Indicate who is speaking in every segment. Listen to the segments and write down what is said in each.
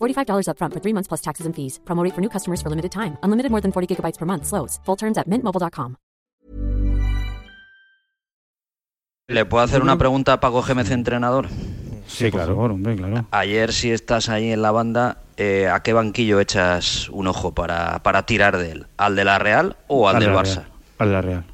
Speaker 1: $45 upfront for three months plus taxes and fees. Promo rate for new customers for limited time. Unlimited more than 40 gigabytes per month. Slows. Full terms at mintmobile.com.
Speaker 2: ¿Le puedo hacer una pregunta a Paco Gémez, entrenador?
Speaker 3: Sí, claro. hombre, claro.
Speaker 2: Ayer, si estás ahí en la banda, eh, ¿a qué banquillo echas un ojo para, para tirar de él? ¿Al de la Real o al,
Speaker 3: Al
Speaker 2: del
Speaker 3: de la
Speaker 2: Barça?
Speaker 3: Real, Al de la Real.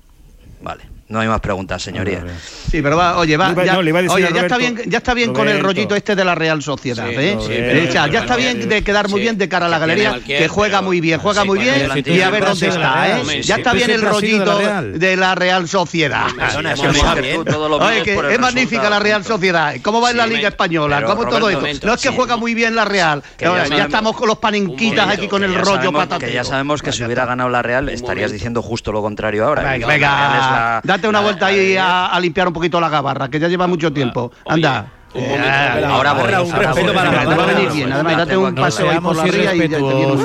Speaker 2: Vale, no hay más preguntas, señoría.
Speaker 3: Al de la Real.
Speaker 4: Sí, pero va, oye, va,
Speaker 3: Le iba-
Speaker 4: ya,
Speaker 3: no, le iba a decir
Speaker 4: oye,
Speaker 3: a
Speaker 4: ya está
Speaker 3: Roberto-
Speaker 4: bien, ya está bien con el
Speaker 3: Roberto.
Speaker 4: rollito este de la Real Sociedad,
Speaker 5: Sí,
Speaker 4: ¿eh?
Speaker 3: sí,
Speaker 4: Eh,
Speaker 3: pero-
Speaker 4: o sea, ya está
Speaker 3: pero-
Speaker 4: bien de quedar muy
Speaker 5: sí,
Speaker 4: bien de cara a la
Speaker 5: que tiene
Speaker 4: galería,
Speaker 5: cualquier,
Speaker 4: que juega
Speaker 5: pero-
Speaker 4: muy bien, juega
Speaker 5: sí,
Speaker 4: muy
Speaker 5: cuando
Speaker 4: bien
Speaker 2: delantero
Speaker 4: y a ver
Speaker 2: siempre ha
Speaker 4: dónde
Speaker 2: sido de la
Speaker 4: está,
Speaker 2: Real,
Speaker 4: ¿eh?
Speaker 2: sí,
Speaker 4: Ya
Speaker 2: sí.
Speaker 4: está bien el
Speaker 3: Siempre ha sido de la
Speaker 4: rollito
Speaker 3: Real.
Speaker 4: de la Real Sociedad.
Speaker 5: Perdona,
Speaker 2: Sí,
Speaker 5: es que
Speaker 2: hombre,
Speaker 5: me
Speaker 2: tú
Speaker 5: bien.
Speaker 2: todo lo
Speaker 4: Oye,
Speaker 2: mides
Speaker 4: que
Speaker 2: por el
Speaker 4: es magnífica la
Speaker 2: resultado.
Speaker 4: Real Sociedad. ¿Cómo va en la
Speaker 5: Sí,
Speaker 4: Liga
Speaker 5: me-
Speaker 4: Española?
Speaker 2: pero,
Speaker 4: ¿Cómo todo
Speaker 2: Roberto,
Speaker 4: esto?
Speaker 5: un momento,
Speaker 4: no es que
Speaker 5: sí,
Speaker 4: juega
Speaker 5: un-
Speaker 4: muy bien la Real.
Speaker 2: que ya
Speaker 4: Ahora, ya,
Speaker 2: sabemos-
Speaker 4: estamos con los paninquitas
Speaker 5: un
Speaker 4: aquí
Speaker 5: momento,
Speaker 4: con
Speaker 2: Que
Speaker 4: el
Speaker 2: ya
Speaker 4: rollo
Speaker 2: sabemos-
Speaker 4: patatero.
Speaker 2: Que ya sabemos que si hubiera ganado la Real, estarías diciendo justo lo contrario ahora.
Speaker 4: Venga,
Speaker 2: Que la Real es la-
Speaker 4: date una
Speaker 2: la-
Speaker 4: vuelta
Speaker 2: la
Speaker 4: ahí
Speaker 2: de- Ah,
Speaker 4: a, a limpiar un poquito la gabarra, que ya lleva mucho tiempo. Anda. Eh,
Speaker 2: Ahora voy.
Speaker 5: Ahora un
Speaker 2: ahora
Speaker 5: respeto
Speaker 2: voy.
Speaker 5: para
Speaker 4: Mira,
Speaker 5: la
Speaker 4: te va a
Speaker 5: gabarra.
Speaker 4: venir bien, además, date un
Speaker 2: No
Speaker 4: paseo ahí por la ría y ya te viene muy bien.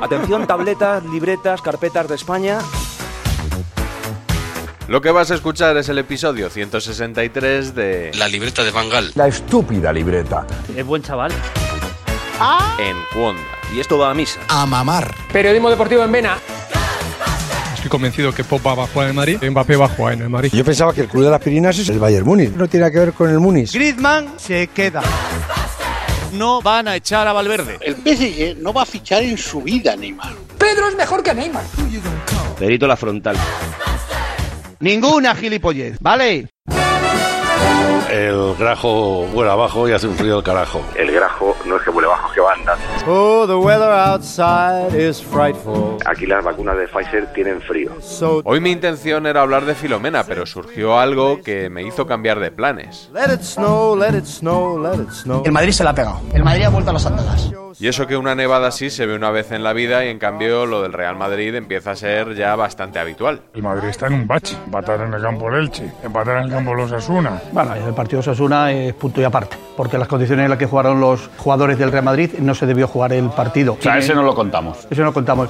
Speaker 6: Atención, tabletas, libretas, carpetas de España.
Speaker 7: Lo que vas a escuchar es el episodio 163 de
Speaker 5: La libreta de Bangal.
Speaker 6: La estúpida libreta.
Speaker 2: Es buen chaval.
Speaker 7: En Cuonda.
Speaker 6: Y esto va a misa.
Speaker 8: Ah. Periodismo deportivo en Vena.
Speaker 9: Estoy convencido que Pop va a jugar en el Madrid, Mbappé va a jugar en el Madrid.
Speaker 6: Yo pensaba que el club de las Pirinas es el Bayern Múnich. No tiene que ver con el Múnich.
Speaker 4: Griezmann se queda. No van a echar a Valverde.
Speaker 5: El PSG no va a fichar en su vida, Neymar.
Speaker 6: Perito la frontal.
Speaker 4: Ninguna gilipollez, ¿vale?
Speaker 5: El grajo vuela abajo y hace un frío del carajo. El grajo no es que vuela abajo, que va andando.
Speaker 6: Oh, the weather outside is frightful.
Speaker 5: Aquí las vacunas de Pfizer tienen frío.
Speaker 6: So
Speaker 7: Hoy mi intención era hablar de Filomena, pero surgió algo que me hizo cambiar de planes.
Speaker 6: let it snow, let it snow, let it snow.
Speaker 5: Madrid se la ha pegado. El Madrid ha vuelto a las andadas.
Speaker 7: Y eso que una nevada así se ve una vez en la vida y en cambio lo del Real Madrid empieza a ser ya bastante habitual.
Speaker 9: El Madrid está en un bache. Empatar en el campo el Elche, empatar en el campo los Asuna.
Speaker 4: Bueno, el partido de Osasuna es punto y aparte, porque las condiciones en las que jugaron los jugadores del Real Madrid no se debió jugar el partido.
Speaker 5: ese no lo contamos.
Speaker 4: Eso no contamos.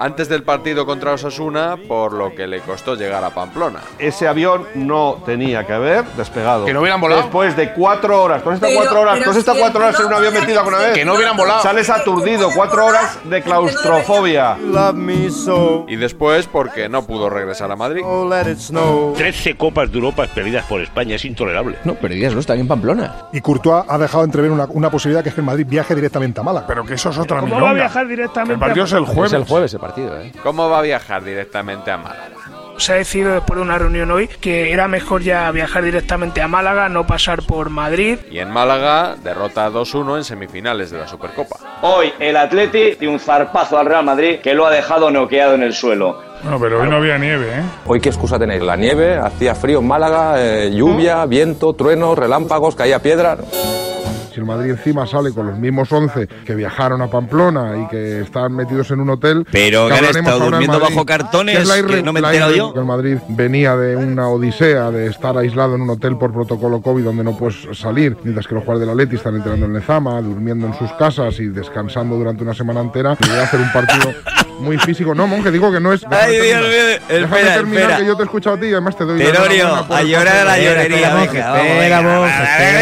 Speaker 7: Antes del partido contra Osasuna, por lo que le costó llegar a Pamplona.
Speaker 6: Ese avión no tenía que haber despegado.
Speaker 5: Que no hubieran volado.
Speaker 6: Después de cuatro horas. ¿Tú has estado
Speaker 5: Pero-
Speaker 6: cuatro horas?
Speaker 5: pero
Speaker 6: ¿Tú has estado
Speaker 5: si
Speaker 6: cuatro
Speaker 5: el
Speaker 6: horas en un
Speaker 5: piloto
Speaker 6: avión
Speaker 5: ya
Speaker 6: metido alguna vez?
Speaker 5: Que no hubieran volado.
Speaker 6: Sales aturdido. Cuatro horas de claustrofobia. Love me so.
Speaker 7: Y después porque no pudo regresar a Madrid.
Speaker 6: Oh, let it snow.
Speaker 5: 13 copas de Europa perdidas por España es intolerable.
Speaker 6: No, perdidas no, está bien Pamplona.
Speaker 9: Y Courtois ha dejado entrever una, una posibilidad que es que el Madrid viaje directamente a Málaga. Pero que eso es otra milonga. va a viajar directamente El partido es el jueves.
Speaker 6: jueves el partido, ¿eh?
Speaker 7: ¿Cómo va a viajar directamente a Málaga?
Speaker 5: Se ha decidido después de una reunión hoy que era mejor ya viajar directamente a Málaga, no pasar por Madrid.
Speaker 7: Y en Málaga, derrota 2-1 en semifinales de la Supercopa.
Speaker 6: Hoy el Atleti dio un zarpazo al Real Madrid que lo ha dejado noqueado en el suelo.
Speaker 9: Bueno, pero hoy no había nieve, ¿eh?
Speaker 5: Hoy qué excusa tenéis, la nieve, hacía frío en Málaga, Eh, lluvia, viento, truenos, relámpagos, caía piedra.
Speaker 9: Si el Madrid encima sale con los mismos 11 que viajaron a Pamplona y que están metidos en un hotel.
Speaker 2: Pero que han
Speaker 9: hablaremos
Speaker 2: estado
Speaker 9: ahora del
Speaker 2: durmiendo
Speaker 9: Madrid,
Speaker 2: bajo cartones,
Speaker 9: es la irre-
Speaker 2: que no me he
Speaker 9: la
Speaker 2: enterado
Speaker 9: irre-
Speaker 2: yo.
Speaker 9: que El Madrid venía de una odisea de estar aislado en un hotel por protocolo COVID donde no puedes salir, mientras que los jugadores del Atleti están entrando en Lezama, durmiendo en sus casas y descansando durante una semana entera. Y voy a hacer un partido muy físico. No, Mon, que digo que no es. déjame
Speaker 2: Ay, Dios
Speaker 9: terminar.
Speaker 2: mío.
Speaker 9: Déjame
Speaker 2: Espera,
Speaker 9: terminar,
Speaker 2: espera.
Speaker 9: que yo te he escuchado a ti y además te doy la
Speaker 2: Terorio,
Speaker 9: enhorabuena por
Speaker 2: a
Speaker 9: el
Speaker 2: llorar a la
Speaker 9: partido.
Speaker 2: llorería. venga, vamos, venga, vamos,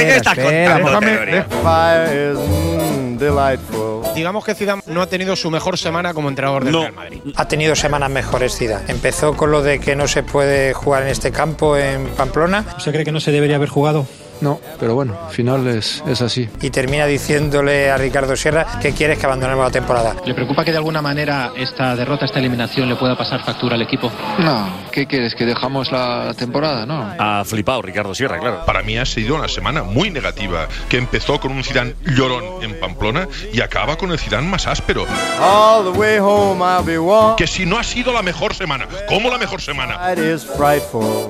Speaker 2: ¿Qué estás contando,
Speaker 9: Déjame-
Speaker 2: Terorio?
Speaker 9: déjame-
Speaker 6: Fire is mm, delightful.
Speaker 5: Digamos que Zidane no ha tenido su mejor semana como entrenador del Real Madrid.
Speaker 3: Ha tenido semanas mejores, Cida. Empezó con lo de que no se puede jugar en este campo, en Pamplona.
Speaker 5: ¿Usted cree que no se debería haber jugado?
Speaker 6: No, pero bueno, al final es, es así.
Speaker 5: Y termina diciéndole a Ricardo Sierra que quieres que abandonemos la temporada.
Speaker 10: ¿Le preocupa que de alguna manera esta derrota, esta eliminación le pueda pasar factura al equipo?
Speaker 6: No, ¿qué quieres? ¿Que dejamos la temporada? No.
Speaker 11: Ha flipado Ricardo Sierra, claro.
Speaker 9: Para mí ha sido una semana muy negativa, que empezó con un Zidane llorón en Pamplona y acaba con el Zidane más áspero. Que si no ha sido la mejor semana, ¿cómo la mejor semana?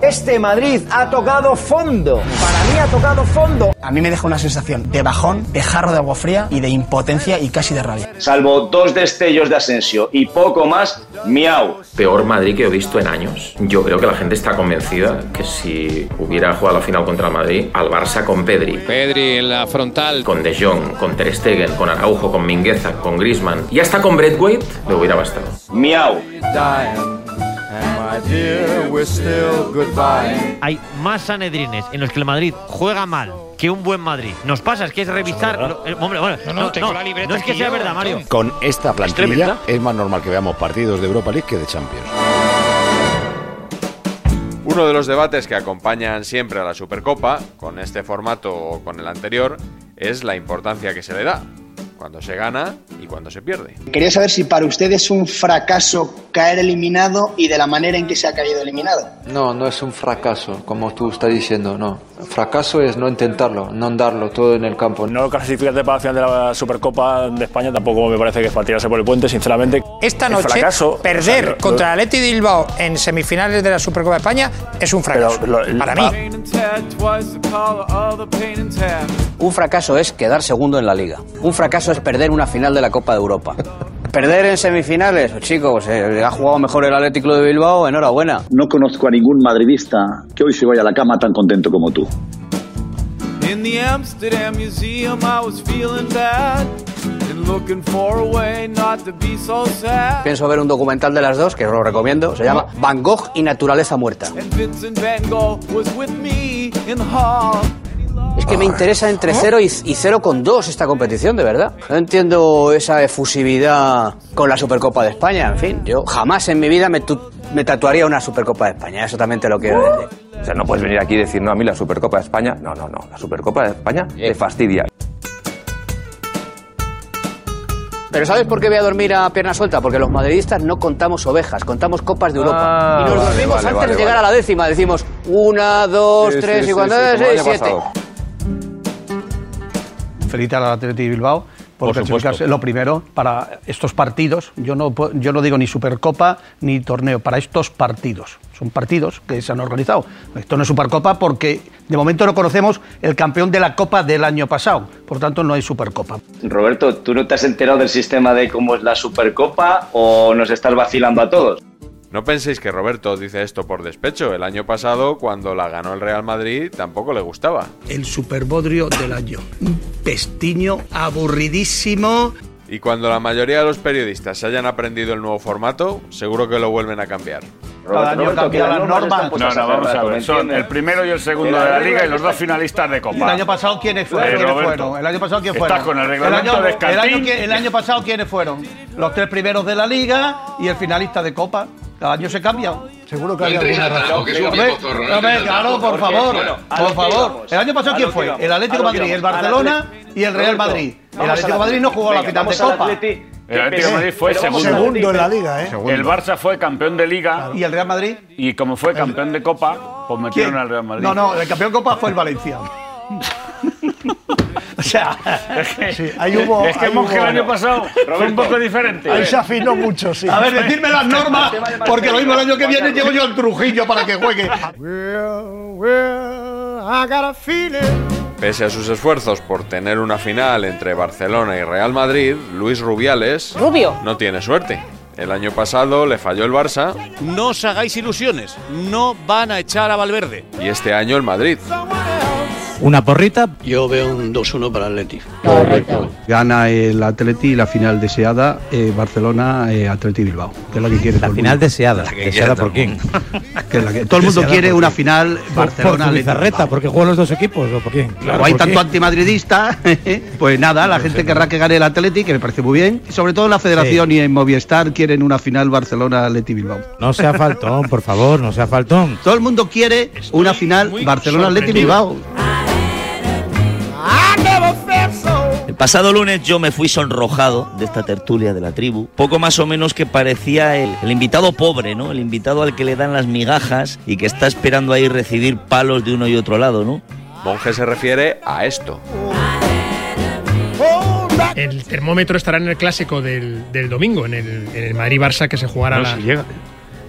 Speaker 12: Este Madrid ha tocado fondo. Para mí ha tocado fondo. A mí me deja una sensación de bajón, de jarro de agua fría y de impotencia y casi de rabia.
Speaker 13: Salvo dos destellos de Asensio y poco más, miau.
Speaker 14: Peor Madrid que he visto en años. Yo creo que la gente está convencida que si hubiera jugado la final contra el Madrid, al Barça con Pedri. Pedri en la frontal. Con De Jong, con Ter Stegen, con Araujo, con Mingueza, con Griezmann y hasta con Braithwaite, le hubiera bastado.
Speaker 13: Miau.
Speaker 2: Hay más sanedrines en los que el Madrid juega mal que un buen Madrid. Nos pasa, es que es revisar. lo- eh, hombre, bueno, no, no, no es que sea verdad, Mario.
Speaker 15: Con esta plantilla
Speaker 2: tremenda.
Speaker 15: es más normal que veamos partidos de Europa League que de Champions.
Speaker 7: Uno de los debates que acompañan siempre a la Supercopa, con este formato o con el anterior, es la importancia que se le da, cuando se gana y cuando se pierde.
Speaker 16: Quería saber si para usted es un fracaso caer eliminado y de la manera en que se ha caído eliminado.
Speaker 6: No, no es un fracaso, como tú estás diciendo, no. Fracaso es no intentarlo, no darlo todo en el campo.
Speaker 17: No clasificarte para la final de la Supercopa de España tampoco me parece que es para tirarse por el puente, sinceramente.
Speaker 5: Esta
Speaker 17: El
Speaker 5: noche,
Speaker 17: fracaso,
Speaker 5: perder
Speaker 17: o sea, lo-
Speaker 5: contra el Atleti de Bilbao en semifinales de la Supercopa de España es un fracaso. para mí.
Speaker 18: Un fracaso es quedar segundo en la liga. Un fracaso es perder una final de la Copa de Europa. Perder en semifinales, pues, chicos, eh, ha jugado mejor el Atlético de Bilbao, enhorabuena.
Speaker 19: No conozco a ningún madridista que hoy se vaya a la cama tan contento como tú.
Speaker 20: In the Amsterdam Museum, I was feeling bad and looking for a way not to be so sad.
Speaker 18: Pienso ver un documental de las dos, que os lo recomiendo, se llama Van Gogh y Naturaleza Muerta.
Speaker 20: And Vincent van Gogh was with me in the hall.
Speaker 18: Es que me interesa entre
Speaker 21: ¿Ah?
Speaker 18: 0 y 0 con 2 esta competición, de verdad. No entiendo esa efusividad con la Supercopa de España, en fin. Yo jamás en mi vida me, tu- me tatuaría una Supercopa de España, eso también te lo quiero decir.
Speaker 21: O sea, no puedes venir aquí y decir, no, a mí la Supercopa de España. No, no, no. La Supercopa de España te fastidia.
Speaker 18: Pero ¿sabes por qué voy a dormir a pierna suelta? Porque los madridistas no contamos ovejas, contamos copas de Europa. y nos
Speaker 21: Ah, vale,
Speaker 18: dormimos
Speaker 21: vale,
Speaker 18: antes
Speaker 21: vale,
Speaker 18: de llegar
Speaker 21: vale.
Speaker 18: a la décima. Decimos una, dos,
Speaker 21: Sí,
Speaker 18: tres
Speaker 21: sí,
Speaker 18: y cuando
Speaker 21: sí, sí,
Speaker 18: es
Speaker 21: como el año
Speaker 18: siete.
Speaker 21: pasado.
Speaker 4: Felicitar al Atleti de Bilbao por,
Speaker 18: Por
Speaker 4: clasificarse
Speaker 18: supuesto.
Speaker 4: lo primero para estos partidos. Yo no, pu- yo no digo ni Supercopa ni torneo, para estos partidos. Son partidos que se han organizado. Esto no es Supercopa porque de momento no conocemos el campeón de la Copa del año pasado. Por tanto, no hay Supercopa.
Speaker 13: Roberto, ¿tú no te has enterado del sistema de cómo es la Supercopa o nos estás vacilando a todos?
Speaker 7: No penséis que Roberto dice esto por despecho. El año pasado, cuando la ganó el Real Madrid, tampoco le gustaba.
Speaker 4: El superbodrio del año. Un pestiño aburridísimo.
Speaker 7: Y cuando la mayoría de los periodistas hayan aprendido el nuevo formato, seguro que lo vuelven a cambiar.
Speaker 22: Cada año cambian las normas.
Speaker 7: puestas hace rato, ¿me entiendes?
Speaker 22: primero y el
Speaker 7: El arreglo
Speaker 22: dos finalistas de
Speaker 4: El año pasado quiénes fueron?
Speaker 22: Eh,
Speaker 4: ¿Quiénes
Speaker 22: Roberto,
Speaker 4: fueron? El año pasado quién
Speaker 22: estás
Speaker 4: fueron?
Speaker 22: con el reglamento
Speaker 4: año-
Speaker 22: de
Speaker 4: el año
Speaker 22: Escartín.
Speaker 4: que- el año pasado quiénes fueron? Los tres primeros de la liga y el finalista de copa. Cada año se cambia. Seguro
Speaker 23: que había No entréis alguno. a Rafa, que es un
Speaker 4: Hombre,
Speaker 23: viejo zorro, no
Speaker 4: hombre,
Speaker 23: entréis a
Speaker 4: claro,
Speaker 23: Rafa,
Speaker 4: por
Speaker 23: porque,
Speaker 4: favor,
Speaker 23: bueno, a lo
Speaker 4: por
Speaker 23: que
Speaker 4: favor.
Speaker 23: íbamos,
Speaker 4: El año
Speaker 23: a
Speaker 4: pasado quién
Speaker 23: lo
Speaker 4: fue?
Speaker 23: que
Speaker 4: El Atlético
Speaker 23: íbamos,
Speaker 4: Madrid,
Speaker 23: a
Speaker 4: el
Speaker 23: lo que íbamos.
Speaker 4: Barcelona y el Real
Speaker 23: Roberto,
Speaker 4: Madrid. El
Speaker 23: vamos
Speaker 4: Atlético
Speaker 23: al
Speaker 4: Madrid no jugó a la
Speaker 23: Atleti.
Speaker 4: final de
Speaker 23: Venga, vamos al
Speaker 4: copa.
Speaker 23: Atleti,
Speaker 24: El Atlético de Madrid fue segundo.
Speaker 4: en la liga, ¿eh?
Speaker 24: El Barça fue campeón de Liga.
Speaker 4: ¿Y el Real Madrid?
Speaker 24: Y como fue campeón de Copa, pues metieron
Speaker 4: ¿Quién?
Speaker 24: al Real Madrid.
Speaker 4: No, no, el campeón de copa fue el Valencia. o sea,
Speaker 24: Sí,
Speaker 4: ahí hubo-
Speaker 24: Es que
Speaker 4: ahí
Speaker 24: Monge el
Speaker 4: hubo-
Speaker 24: año pasado fue un poco diferente.
Speaker 4: Ahí se
Speaker 24: afinó mucho, sí.
Speaker 4: A ver, decidme las normas, porque lo mismo el año que viene llevo yo al Trujillo para que juegue.
Speaker 20: I got a feeling.
Speaker 7: Pese a sus esfuerzos por tener una final entre Barcelona y Real Madrid, Luis Rubiales
Speaker 25: Rubio.
Speaker 7: no tiene suerte. El año pasado le falló el Barça
Speaker 25: No os hagáis ilusiones, no van a echar a Valverde.
Speaker 7: y este año el Madrid.
Speaker 6: Una porrita.
Speaker 25: Yo veo un 2-1 para Atleti.
Speaker 6: Gana el Atleti la final deseada, eh, Barcelona, eh, Atleti Bilbao. Que es la que quiere. La final deseada.
Speaker 26: ¿Deseada por quién?
Speaker 6: Que es la que- todo el mundo
Speaker 26: Deseada
Speaker 6: quiere
Speaker 26: por
Speaker 6: una
Speaker 26: quién.
Speaker 6: final
Speaker 26: Ah, Por
Speaker 6: Barcelona
Speaker 26: tu
Speaker 6: Atleti.
Speaker 26: bizarreta, porque juegan los dos equipos, ¿o por quién?
Speaker 6: Como hay tanto antimadridista, pues nada, la gente querrá que gane el Atleti, que me parece muy bien. Y sobre todo en la Federación y en Movistar quieren una final Barcelona-Atleti Bilbao.
Speaker 26: No sea faltón, por favor, no sea faltón.
Speaker 6: Todo el mundo quiere una final Barcelona-Atleti Bilbao.
Speaker 27: pasado lunes yo me fui sonrojado de esta tertulia de la tribu. Poco más o menos que parecía el, el invitado pobre, ¿no? El invitado al que le dan las migajas y que está esperando ahí recibir palos de uno y otro lado, ¿no?
Speaker 7: Monje se refiere a esto.
Speaker 5: El termómetro estará en el clásico del, del domingo, en el, en el Madrid-Barça que se jugará.
Speaker 13: No,
Speaker 5: la-
Speaker 13: si llega.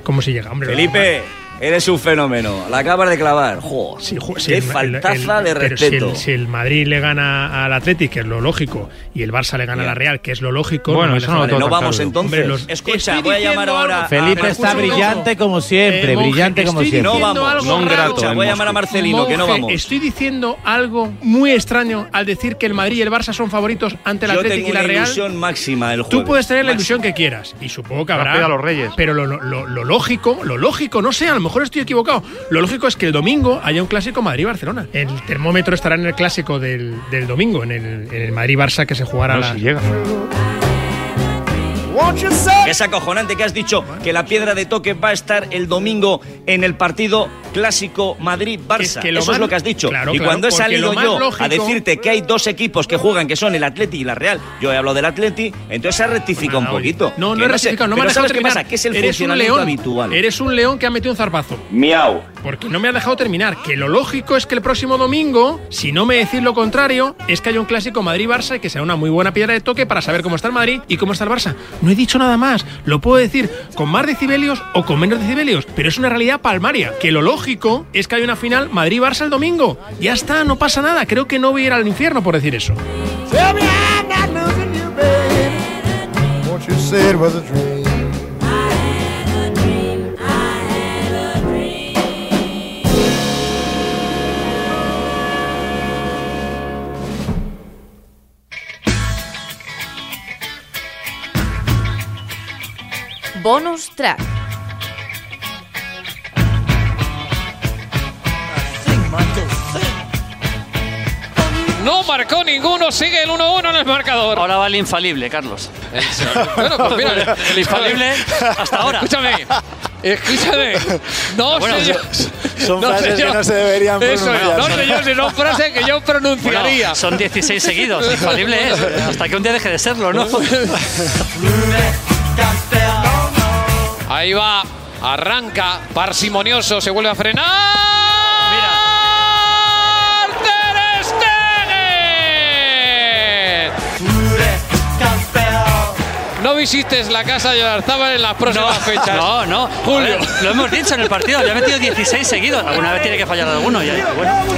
Speaker 5: ¿Cómo si llega? Hombre, lo-
Speaker 13: Felipe, eres un fenómeno. La acabas de clavar. Jo,
Speaker 5: ju-
Speaker 13: qué
Speaker 5: el- el-
Speaker 13: faltaza
Speaker 5: el-
Speaker 13: de
Speaker 5: pero si el-
Speaker 13: respeto.
Speaker 5: Si el, Madrid le gana al Atlético, que es lo lógico, y el Barça le gana a la Real, que es lo lógico.
Speaker 13: Bueno,
Speaker 5: me
Speaker 13: eso
Speaker 5: deja-
Speaker 13: no lo
Speaker 5: Vale,
Speaker 13: tengo tan claro.
Speaker 5: Hombre, los-
Speaker 13: Escucha, voy a llamar ahora. a-
Speaker 28: Felipe está
Speaker 13: Escucha,
Speaker 28: brillante como siempre,
Speaker 13: Eh, monje,
Speaker 28: brillante como
Speaker 13: estoy
Speaker 28: siempre.
Speaker 13: diciendo No vamos, algo no raro. grato, eh.
Speaker 5: Escucha,
Speaker 13: en Moscú.
Speaker 5: Monje, Estoy diciendo algo muy extraño al decir que el Madrid y el Barça son favoritos ante el
Speaker 13: Yo
Speaker 5: Atlético
Speaker 13: tengo
Speaker 5: y la
Speaker 13: una
Speaker 5: Real.
Speaker 13: ilusión máxima el
Speaker 5: Tú
Speaker 13: jueves.
Speaker 5: puedes tener la ilusión que quieras y supongo que habrá.
Speaker 13: Rápida a
Speaker 5: los Reyes. Pero lo, lo- lo lógico, lo lógico, no sé, a lo mejor estoy equivocado. Lo lógico es que el domingo haya un clásico Madrid-Barcelona. El termómetro estará en el clásico del, del domingo, en el, en el Madrid-Barça que se jugará.
Speaker 13: No,
Speaker 5: la-
Speaker 13: si llega.
Speaker 27: Que
Speaker 13: Es acojonante que has dicho que la piedra de toque va a estar el domingo en el partido clásico Madrid-Barça.
Speaker 5: Es que lo
Speaker 13: Eso
Speaker 5: más-
Speaker 13: es lo que has dicho.
Speaker 5: Claro,
Speaker 13: y
Speaker 5: claro,
Speaker 13: cuando he
Speaker 5: porque
Speaker 13: salido
Speaker 5: lo más
Speaker 13: yo
Speaker 5: lógico-
Speaker 13: a decirte que hay dos equipos que juegan, que son el Atleti y la Real, yo he hablado del Atleti, entonces se rectificado un poquito.
Speaker 5: No, no
Speaker 13: Ah, Que
Speaker 5: he
Speaker 13: sé-
Speaker 5: rectificado, no me
Speaker 13: pero
Speaker 5: has dejado
Speaker 13: ¿sabes qué
Speaker 5: terminar.
Speaker 13: pasa? Que es el
Speaker 5: Eres un
Speaker 13: funcionamiento
Speaker 5: león.
Speaker 13: habitual.
Speaker 5: Eres un león que ha metido un zarpazo.
Speaker 13: Miau.
Speaker 5: Porque no me has dejado terminar. Que lo lógico es que el próximo domingo, si no me decís lo contrario, es que haya un clásico Madrid-Barça y que sea una muy buena piedra de toque para saber cómo está el Madrid y cómo está el Barça. No he dicho nada más. Lo puedo decir con más decibelios o con menos decibelios. Pero es una realidad palmaria. Que lo lógico es que haya una final Madrid-Barça el domingo. Ya está, no pasa nada. Creo que no voy a ir al infierno por decir eso.
Speaker 2: What you said was a dream.
Speaker 9: Bonus track.
Speaker 8: No marcó ninguno, sigue el 1-1 en el marcador. Ahora va el infalible, Carlos. bueno, pues mira,
Speaker 29: El infalible hasta ahora.
Speaker 8: Escúchame, escúchame. No
Speaker 29: Bueno,
Speaker 8: sé
Speaker 29: son- son
Speaker 8: yo- sé
Speaker 29: frases que
Speaker 8: yo-
Speaker 29: no se deberían
Speaker 8: Eso es,
Speaker 29: pronunciar.
Speaker 8: no sé yo si son frases que yo pronunciaría.
Speaker 29: Bueno, son 16 seguidos, ¿eh?
Speaker 8: infalible es. Hasta que un día deje de serlo, ¿no? Ahí va, arranca, parsimonioso, se vuelve a frenar. Ter Stegen. No visites la casa de Oyarzabal en las próximas fechas.
Speaker 29: No, no.
Speaker 8: Julio.
Speaker 29: Joder, lo hemos dicho en el partido, le ha metido 16 seguidos. Alguna vez tiene que fallar alguno. Ya, bueno.